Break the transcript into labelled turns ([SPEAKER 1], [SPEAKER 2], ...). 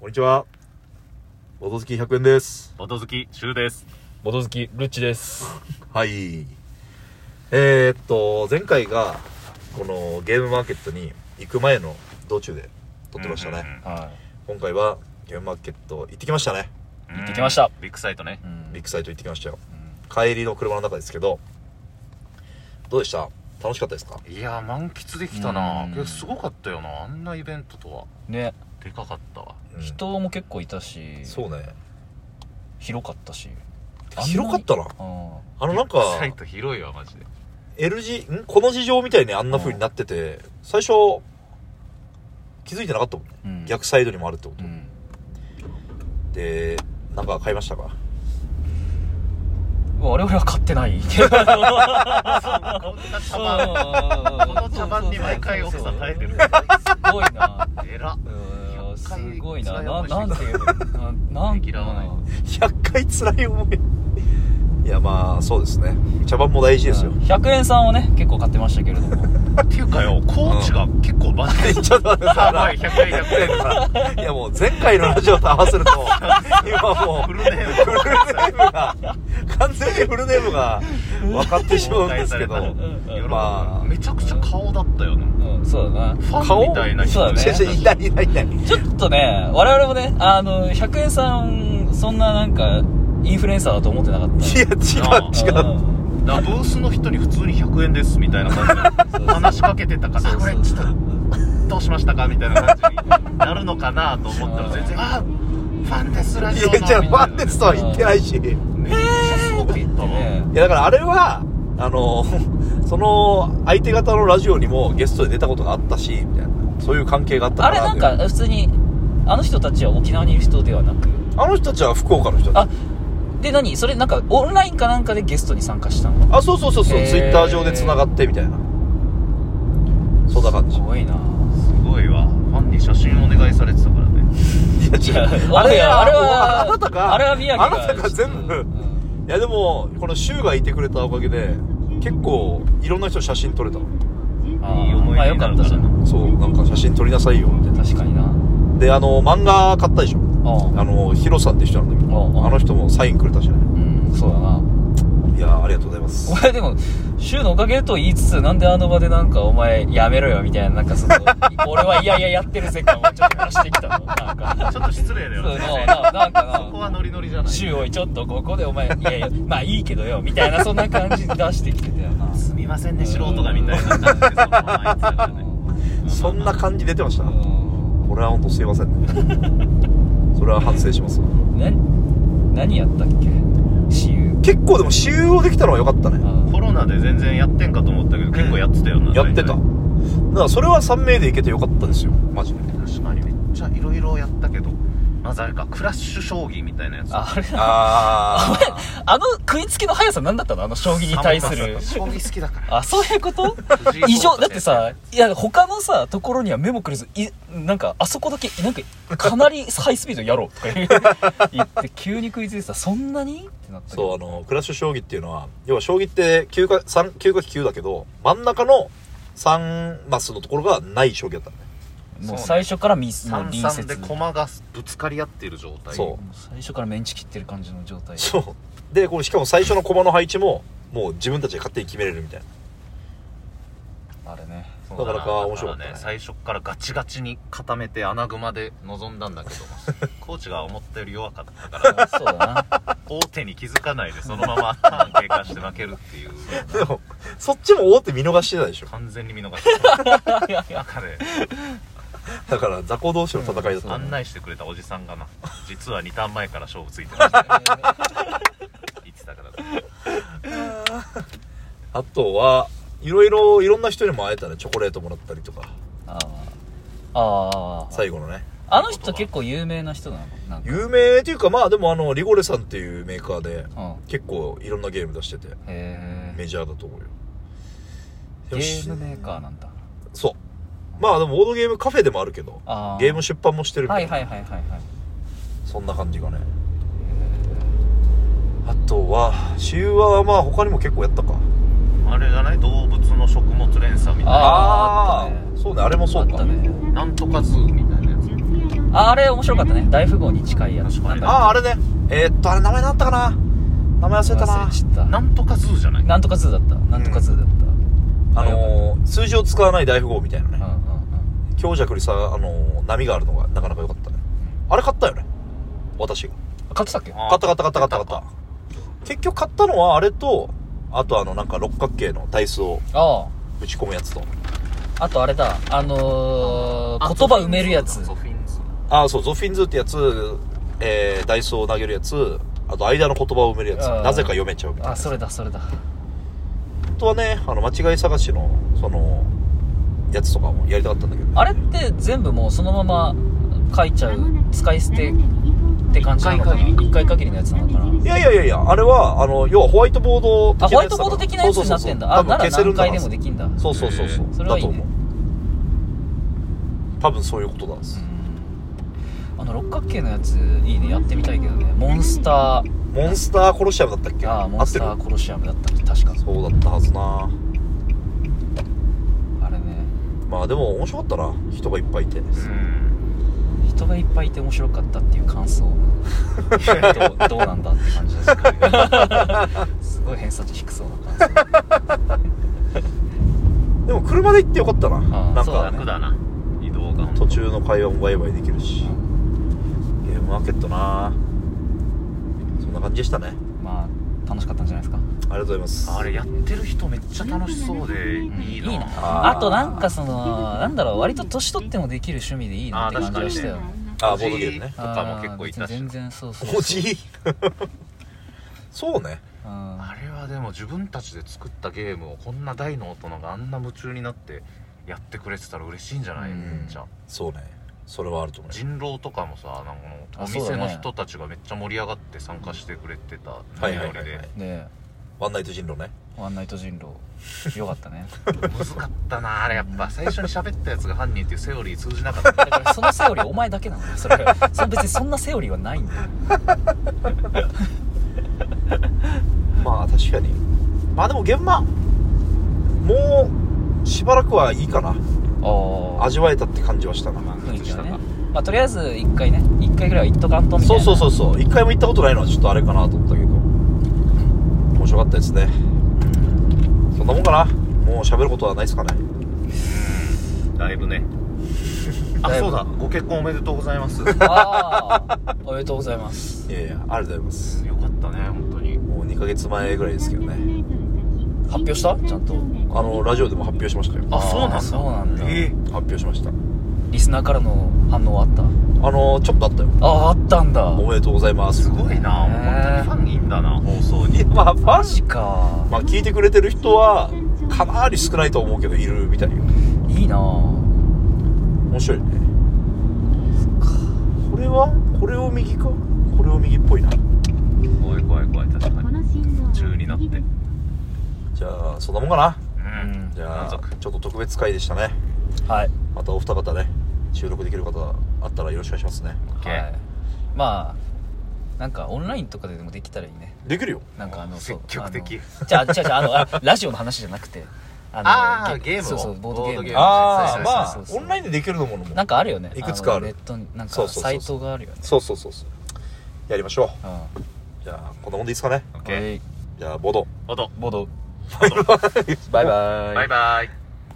[SPEAKER 1] こんにちは。おとずき100円です。
[SPEAKER 2] 元好き、シュウです。
[SPEAKER 3] 元好きルッチです
[SPEAKER 1] はい。えー、っと、前回が、このゲームマーケットに行く前の道中で撮ってましたね。
[SPEAKER 3] は
[SPEAKER 1] 今回はゲームマーケット行ってきましたね。
[SPEAKER 2] うん。
[SPEAKER 3] 行ってきました
[SPEAKER 2] ビッグサイトね
[SPEAKER 3] い、う。ん
[SPEAKER 1] ビッグサイト行ってきましたよ。帰りの車の中ですけど、どうでした楽しかったですか
[SPEAKER 2] いやー、満喫できたな
[SPEAKER 3] うん
[SPEAKER 2] いやすごかったよな。あんなイベントとは。
[SPEAKER 3] ね、
[SPEAKER 2] でかかったわ。
[SPEAKER 1] うん
[SPEAKER 3] 人も結構いたし
[SPEAKER 1] そうね。
[SPEAKER 3] 広かったし
[SPEAKER 1] 広かったな。
[SPEAKER 3] あんなに
[SPEAKER 1] あのなんか
[SPEAKER 2] ビッ、グサイト広いわ、マジで。
[SPEAKER 1] L 字、んこの事情みたいにあんな風になってて、最初、気づいてなかったもんね。
[SPEAKER 3] うん、うん、
[SPEAKER 1] 逆サイドにもあるってこと
[SPEAKER 3] う。ん
[SPEAKER 1] で、なんか買いましたか
[SPEAKER 3] 我々は買ってない
[SPEAKER 2] こんな茶番、この
[SPEAKER 3] の
[SPEAKER 2] 茶番に毎回奥さん耐えてる。
[SPEAKER 3] すごいな
[SPEAKER 2] えら。
[SPEAKER 3] うん
[SPEAKER 2] 100回
[SPEAKER 3] すごいな
[SPEAKER 2] 辛い思
[SPEAKER 3] ない
[SPEAKER 2] して
[SPEAKER 3] なんていうのななんて
[SPEAKER 2] 嫌わない
[SPEAKER 1] 100回辛い思い。いや、まあ、そうですね。茶番も大事ですよ。
[SPEAKER 3] 100円さんをね結構買ってましたけれども
[SPEAKER 2] っていうかよ、コーチが結構マジで。
[SPEAKER 1] ちょっと待って
[SPEAKER 2] や
[SPEAKER 1] さ
[SPEAKER 2] ばい、100回100回。
[SPEAKER 1] いや、もう前回のラジオと合わせると、今もう、フ
[SPEAKER 2] フ
[SPEAKER 1] ル
[SPEAKER 2] ル
[SPEAKER 1] ネ
[SPEAKER 2] ネー ム
[SPEAKER 1] ームが、完全にフルネームが分かってしまうんですけど、
[SPEAKER 2] 公開された
[SPEAKER 3] うん
[SPEAKER 2] 喜ぶ
[SPEAKER 1] まあ
[SPEAKER 2] めちゃくちゃ顔だったよな。
[SPEAKER 3] うんそうだな
[SPEAKER 2] ファンみたいな人
[SPEAKER 3] 顔
[SPEAKER 2] ね
[SPEAKER 3] そ
[SPEAKER 1] 違
[SPEAKER 3] う
[SPEAKER 1] う違う、いないいないいない。
[SPEAKER 3] ちょっとね、我々もね、あの、100円さん、そんななんか、インフルエンサーだと思ってなかっ
[SPEAKER 1] いや、違う違
[SPEAKER 3] た。
[SPEAKER 1] う。
[SPEAKER 3] う。
[SPEAKER 2] だからブースの人に普通に100円ですみたいな感じで話しかけてたからあこれちょっとどうしましたかみたいな感じになるのかなと 思ったら全然あファンですラ
[SPEAKER 1] い
[SPEAKER 2] ジオの
[SPEAKER 1] や、じゃあ、ファンですとは
[SPEAKER 3] い
[SPEAKER 1] 言ってないし。
[SPEAKER 2] めっちゃすごく言ったわ、
[SPEAKER 3] ね
[SPEAKER 1] いやだからあれはあの その相手方のラジオにもゲストで出たことがあったしみたいなそういう関係があった
[SPEAKER 3] あ
[SPEAKER 1] か
[SPEAKER 3] れ
[SPEAKER 1] ら
[SPEAKER 3] なんか、普通に、あの人たちは沖縄にいる人ではなく、
[SPEAKER 1] あの人たちは福岡の人だ
[SPEAKER 3] あ、で何それなんか、オンラインかなんかでゲストに参加したの
[SPEAKER 1] あそうそうそうそう、
[SPEAKER 3] へー
[SPEAKER 1] ツイッター上で繋がってみたいなそんな感じ
[SPEAKER 3] すごいな
[SPEAKER 2] すごいわファンに写真お願いされてたからね
[SPEAKER 1] いや違う
[SPEAKER 3] あれは、あれ
[SPEAKER 1] は
[SPEAKER 3] は、
[SPEAKER 1] あなたが
[SPEAKER 3] あれは宮城
[SPEAKER 1] あなたが全部、いやでもこの柊がいてくれたおかげで結構いろんな人写真撮れた
[SPEAKER 2] いい思い出になるからな
[SPEAKER 3] よかったじゃん。
[SPEAKER 1] そうなんか写真撮りなさいよみたい
[SPEAKER 3] 確かにな。
[SPEAKER 1] なであの漫画買ったでしょ
[SPEAKER 3] うん
[SPEAKER 1] あのヒロさんって人なんだけ
[SPEAKER 3] うんうん
[SPEAKER 1] どあの人もサインくれたしね
[SPEAKER 3] うん、そうだな。
[SPEAKER 1] いやありがとうございます
[SPEAKER 3] お前でも、週のおかげと言いつつ、なんであの場でなんか、お前、やめろよ、みたいな、なんかその、俺はいやいややってるぜ感をちょっと出してきたの。なんか、
[SPEAKER 2] ちょっと失礼だ
[SPEAKER 3] そう
[SPEAKER 2] よね
[SPEAKER 3] な、なん
[SPEAKER 2] そこは
[SPEAKER 3] か
[SPEAKER 2] ノリノリじゃ
[SPEAKER 3] な、
[SPEAKER 2] ない
[SPEAKER 3] 週をちょっとここでお前、いやいや、 まあいいけどよ、みたいな、そんな感じで出してきてたよな。
[SPEAKER 2] すみませんね素人がみたいな感じでそのままあいつだからね
[SPEAKER 1] そんな感じ出てました。俺は本当すいませんね。 それは反省します。
[SPEAKER 3] な、何やったっけ私有。
[SPEAKER 1] 結構でも私有をできたのは良かったね。
[SPEAKER 3] あ
[SPEAKER 2] コロナで全然やってんかと思ったけど結構やってたよな
[SPEAKER 1] やってた。だ
[SPEAKER 2] 大
[SPEAKER 1] か
[SPEAKER 2] 体
[SPEAKER 1] らそれは3名で行けて良かったですよ。マジで。
[SPEAKER 2] 確かにめっちゃいろいろやったけどまずあれかクラッシュ将棋みたいなやつ
[SPEAKER 3] ああれ、
[SPEAKER 1] あ
[SPEAKER 3] あの食いつきの速さ何だったのあの将棋に対する。
[SPEAKER 2] 将棋好きだから
[SPEAKER 3] あ、そういうこと
[SPEAKER 2] 藤井聡太
[SPEAKER 3] 異常だってさいや他のさところには目もくれずいなんかあそこだけなんかかなりハイスピードやろうとか言う言って急に食いついてさそんなにってなった け
[SPEAKER 1] そう、
[SPEAKER 3] ど
[SPEAKER 1] あの、クラッシュ将棋っていうのは、要は将棋って9か、三9か9だけど、真ん中の3マスのところがない将棋だったのね。
[SPEAKER 3] もう
[SPEAKER 2] そうね
[SPEAKER 3] 最初からミスもう
[SPEAKER 2] 三
[SPEAKER 3] 隣
[SPEAKER 2] 三
[SPEAKER 3] 接
[SPEAKER 2] で駒がぶつかり合ってる状態
[SPEAKER 1] そ
[SPEAKER 3] もう最初からメンチ切ってる感じの状態
[SPEAKER 1] そう。で、これしかも最初の駒の配置も、もう自分たちで勝手に決めれるみたいな。
[SPEAKER 3] あれね
[SPEAKER 2] そう
[SPEAKER 1] なかなか面白かったね
[SPEAKER 2] だら最初からガチガチに固めて穴熊で臨んだんだけ どコーチが思ったより弱かったから
[SPEAKER 3] そうだな
[SPEAKER 2] 大手に気づかないでそのままターン経過して負けるっていう
[SPEAKER 1] でも、そっちも大手見逃してたでしょ。
[SPEAKER 2] 完全に見逃した中で
[SPEAKER 1] だから、雑魚同士の戦いだったのね
[SPEAKER 2] 案内してくれたおじさんがな実は2ターン前から勝負ついてま した言ってたから
[SPEAKER 1] あとは、いろいろ、いろんな人にも会えたね。チョコレートもらったりとか。
[SPEAKER 3] あーあー
[SPEAKER 1] 最後のね。
[SPEAKER 3] あの人結構有名な人なのなんか
[SPEAKER 1] 有名っていうか、まあでもあの、リゴレさんっていうメーカーで、
[SPEAKER 3] うん
[SPEAKER 1] 結構いろんなゲーム出してて、
[SPEAKER 3] へえ
[SPEAKER 1] メジャーだと思うよ。
[SPEAKER 3] ゲームメーカ
[SPEAKER 1] ー
[SPEAKER 3] ーなんだ
[SPEAKER 1] そう。まあでも、ボードゲームカフェでもあるけど、
[SPEAKER 3] あー
[SPEAKER 1] ゲーム出版もしてるみた
[SPEAKER 3] はいい
[SPEAKER 1] な。
[SPEAKER 3] はいはいはいはい
[SPEAKER 1] そんな感じがね。あとは、私有はまあ他にも結構やったか。
[SPEAKER 2] あれがね動物の食物連鎖みたい
[SPEAKER 3] あーあった
[SPEAKER 1] ー
[SPEAKER 3] ね
[SPEAKER 1] そうね、あれもそ
[SPEAKER 3] あ
[SPEAKER 1] う
[SPEAKER 3] っ
[SPEAKER 1] か
[SPEAKER 3] た。ね
[SPEAKER 2] ななんとかズーみたいなやつ
[SPEAKER 3] ああれ面白かったね大富豪に近いやつ
[SPEAKER 2] 確かに
[SPEAKER 3] なんだ
[SPEAKER 1] あああれねえーっとあれ名前なんだったかな名前忘れたな
[SPEAKER 3] 忘れちゃった
[SPEAKER 2] なんとか数じゃない
[SPEAKER 3] なんとか2だったなんとか2だった、
[SPEAKER 1] あのー、数字を使わない大富豪みたいなね、
[SPEAKER 3] うんうん
[SPEAKER 1] 強弱にさ、あのー、波があるのがなかなか良かったねあれ買ったよね私が
[SPEAKER 3] うん買ってたっけ
[SPEAKER 2] あ
[SPEAKER 1] 買った買った買った買った買った結局買ったのはあれとあとあのなんか六角形のダイスを
[SPEAKER 3] あ
[SPEAKER 1] 打ち込むやつと
[SPEAKER 3] ああとあれだあのー、言葉埋めるやつ
[SPEAKER 2] ゾフィンズ
[SPEAKER 1] ああそうゾフィンズってやつ、えー、ダイスを投げるやつあと間の言葉を埋めるやつ
[SPEAKER 3] あー
[SPEAKER 1] なぜか読めちゃうみたいな
[SPEAKER 3] あそれだそれだ
[SPEAKER 1] 本当はねあの間違い探しのそのやつとかもやりたかったんだけど、ね、
[SPEAKER 3] あれって全部もうそのまま書いちゃう使い捨てって感じなのかな
[SPEAKER 2] 一回限
[SPEAKER 3] 一回限りのやつなのかない
[SPEAKER 1] やいやいやいやあれはあの要はホワイトボード
[SPEAKER 3] あ
[SPEAKER 1] 的
[SPEAKER 3] ホ
[SPEAKER 1] な
[SPEAKER 3] ワイ
[SPEAKER 1] やつだ
[SPEAKER 3] ト
[SPEAKER 1] から
[SPEAKER 3] ボード的なやつになってんだあ
[SPEAKER 1] そうそうそう多分
[SPEAKER 3] なら
[SPEAKER 1] 消せる
[SPEAKER 3] 何
[SPEAKER 1] んだ
[SPEAKER 3] 回
[SPEAKER 1] な
[SPEAKER 3] でもできんだ
[SPEAKER 1] そうそうそうそう
[SPEAKER 2] へー
[SPEAKER 3] それはいいね
[SPEAKER 1] だと思う多分そういうことなんです
[SPEAKER 3] あの六角形のやついいねやってみたいけどねモンスター
[SPEAKER 1] モンスターコロシアムだったっけ
[SPEAKER 3] あーモンスタ
[SPEAKER 1] 合っ
[SPEAKER 3] ー
[SPEAKER 1] て
[SPEAKER 3] コロシアムだったっけ確か
[SPEAKER 1] るそうだったはずな
[SPEAKER 3] あれね
[SPEAKER 1] まあでも面白かったな人がいっぱいいて
[SPEAKER 2] うん
[SPEAKER 3] 人がいっぱいいて面白かったっていう 感想どうどうなんだって感じですけどすごい偏差値低そうな感想
[SPEAKER 1] でも車で行ってよかったななん
[SPEAKER 3] そうだ
[SPEAKER 1] か、
[SPEAKER 3] ね
[SPEAKER 2] 楽だな移動が
[SPEAKER 1] 途中の会話もバイバイできるしゲームマーケットなそんな感じでしたね
[SPEAKER 3] まあ楽しかったんじゃないですか
[SPEAKER 1] ありがとうございます
[SPEAKER 2] あれやってる人めっちゃ楽しそうで
[SPEAKER 4] うん
[SPEAKER 2] いい
[SPEAKER 3] いい
[SPEAKER 2] な
[SPEAKER 3] な
[SPEAKER 1] あー
[SPEAKER 3] あとなんかそのなんだろう割と年取ってもできる趣味でいいなって感じがしたよ
[SPEAKER 1] あボードゲームね
[SPEAKER 2] とかも結構いた
[SPEAKER 3] あー別
[SPEAKER 2] し
[SPEAKER 3] に全然そうそうそう
[SPEAKER 1] おじい そうね
[SPEAKER 3] うん
[SPEAKER 2] あれはでも自分たちで作ったゲームをこんな大の大人があんな夢中になってやってくれてたら嬉しいんじゃない
[SPEAKER 3] うん
[SPEAKER 2] めっちゃ
[SPEAKER 1] そうねそれはあると思います
[SPEAKER 2] 人狼とかもさなんかもう
[SPEAKER 3] あ
[SPEAKER 2] お
[SPEAKER 3] そう
[SPEAKER 2] 店
[SPEAKER 3] だね
[SPEAKER 2] の人たちがめっちゃ盛り上がって参加してくれてた
[SPEAKER 1] はいはいはい、
[SPEAKER 2] ノリノ
[SPEAKER 1] はい
[SPEAKER 2] リ、
[SPEAKER 3] ね
[SPEAKER 1] ワンナイト人狼ね
[SPEAKER 3] ワンナイト人狼よかったね
[SPEAKER 2] でむずかったなあれや っぱ最初に喋ったやつが犯人っていうセオリー通じなかった
[SPEAKER 3] だからそのセオリーお前だけなのよそれその別にそんなセオリーはないんだよ
[SPEAKER 1] まあ確かにまあでも現場もうしばらくはいいかな
[SPEAKER 3] あ
[SPEAKER 1] 味わえたって感じはしたな
[SPEAKER 3] 雰囲気はねまあとりあえず1回ね1回ぐらいは行っとかんとみたい
[SPEAKER 1] そう
[SPEAKER 3] な
[SPEAKER 1] そうそううそう一回も行ったことないのはちょっとあれかなと思ったけど面白かったですねそんなもんかなもう喋ることはないですかね
[SPEAKER 2] だいぶ ねあ
[SPEAKER 3] だいぶ
[SPEAKER 2] そうだご結婚おめでとうございますよか
[SPEAKER 3] ああおめでとうございます
[SPEAKER 1] いやいやありがとうございます
[SPEAKER 2] ったね本当に
[SPEAKER 1] もう2ヶ月前ぐらいですけどね
[SPEAKER 3] 発表したちゃんと
[SPEAKER 1] あのラジオでも発表しましたよ
[SPEAKER 2] あそうなんだ
[SPEAKER 3] そうなんだ
[SPEAKER 2] え
[SPEAKER 1] 発表しましたあ
[SPEAKER 3] リスナーからの反応はあった
[SPEAKER 1] のちょっとあったよ
[SPEAKER 3] あああったんだ
[SPEAKER 1] おめでとうございます
[SPEAKER 2] すごいな
[SPEAKER 3] へー
[SPEAKER 2] 本当にファンいいんだな放送
[SPEAKER 1] い
[SPEAKER 2] に
[SPEAKER 1] や まあファ
[SPEAKER 3] マ
[SPEAKER 1] ン
[SPEAKER 3] ジか
[SPEAKER 1] まあ聞いてくれてる人はかなり少ないと思うけどいるみたいよ
[SPEAKER 3] いいなぁ
[SPEAKER 1] 面白いねこれはこれを右かこれを右っぽいな
[SPEAKER 2] 怖い怖い怖い確かに
[SPEAKER 4] 中
[SPEAKER 2] 中になって
[SPEAKER 1] じゃあそんなもんかな
[SPEAKER 2] うん
[SPEAKER 1] じゃあ
[SPEAKER 2] 満足
[SPEAKER 1] ちょっと特別会でしたね
[SPEAKER 3] はい
[SPEAKER 1] またお二方ね収録できる方あったらよろしくお願いしますね
[SPEAKER 3] はいまあなんかオンラインとかででもできたらいいね
[SPEAKER 1] できるよ
[SPEAKER 3] なんかあのそう
[SPEAKER 2] 積極的
[SPEAKER 3] あのじゃあじゃあじゃああのあラジオの話じゃなくてあの
[SPEAKER 2] あーゲームを
[SPEAKER 3] そうそうボードゲーム
[SPEAKER 2] ボードゲーム
[SPEAKER 1] ああ
[SPEAKER 2] そう
[SPEAKER 1] ま
[SPEAKER 2] そう
[SPEAKER 1] あ
[SPEAKER 3] そうそう
[SPEAKER 1] オンラインでできるのものも
[SPEAKER 3] なんかあるよね
[SPEAKER 1] いくつかある
[SPEAKER 3] のネットになん
[SPEAKER 1] そう
[SPEAKER 3] か
[SPEAKER 1] そうそうそう
[SPEAKER 3] サイトがあるよね
[SPEAKER 1] そうそうそうそうやりましょ
[SPEAKER 3] うんは
[SPEAKER 1] うじゃあこんなもんでいいですかね
[SPEAKER 2] オッケー
[SPEAKER 3] い
[SPEAKER 1] じゃあボード
[SPEAKER 2] 音
[SPEAKER 3] ボード
[SPEAKER 1] バイバイ
[SPEAKER 2] バイバイ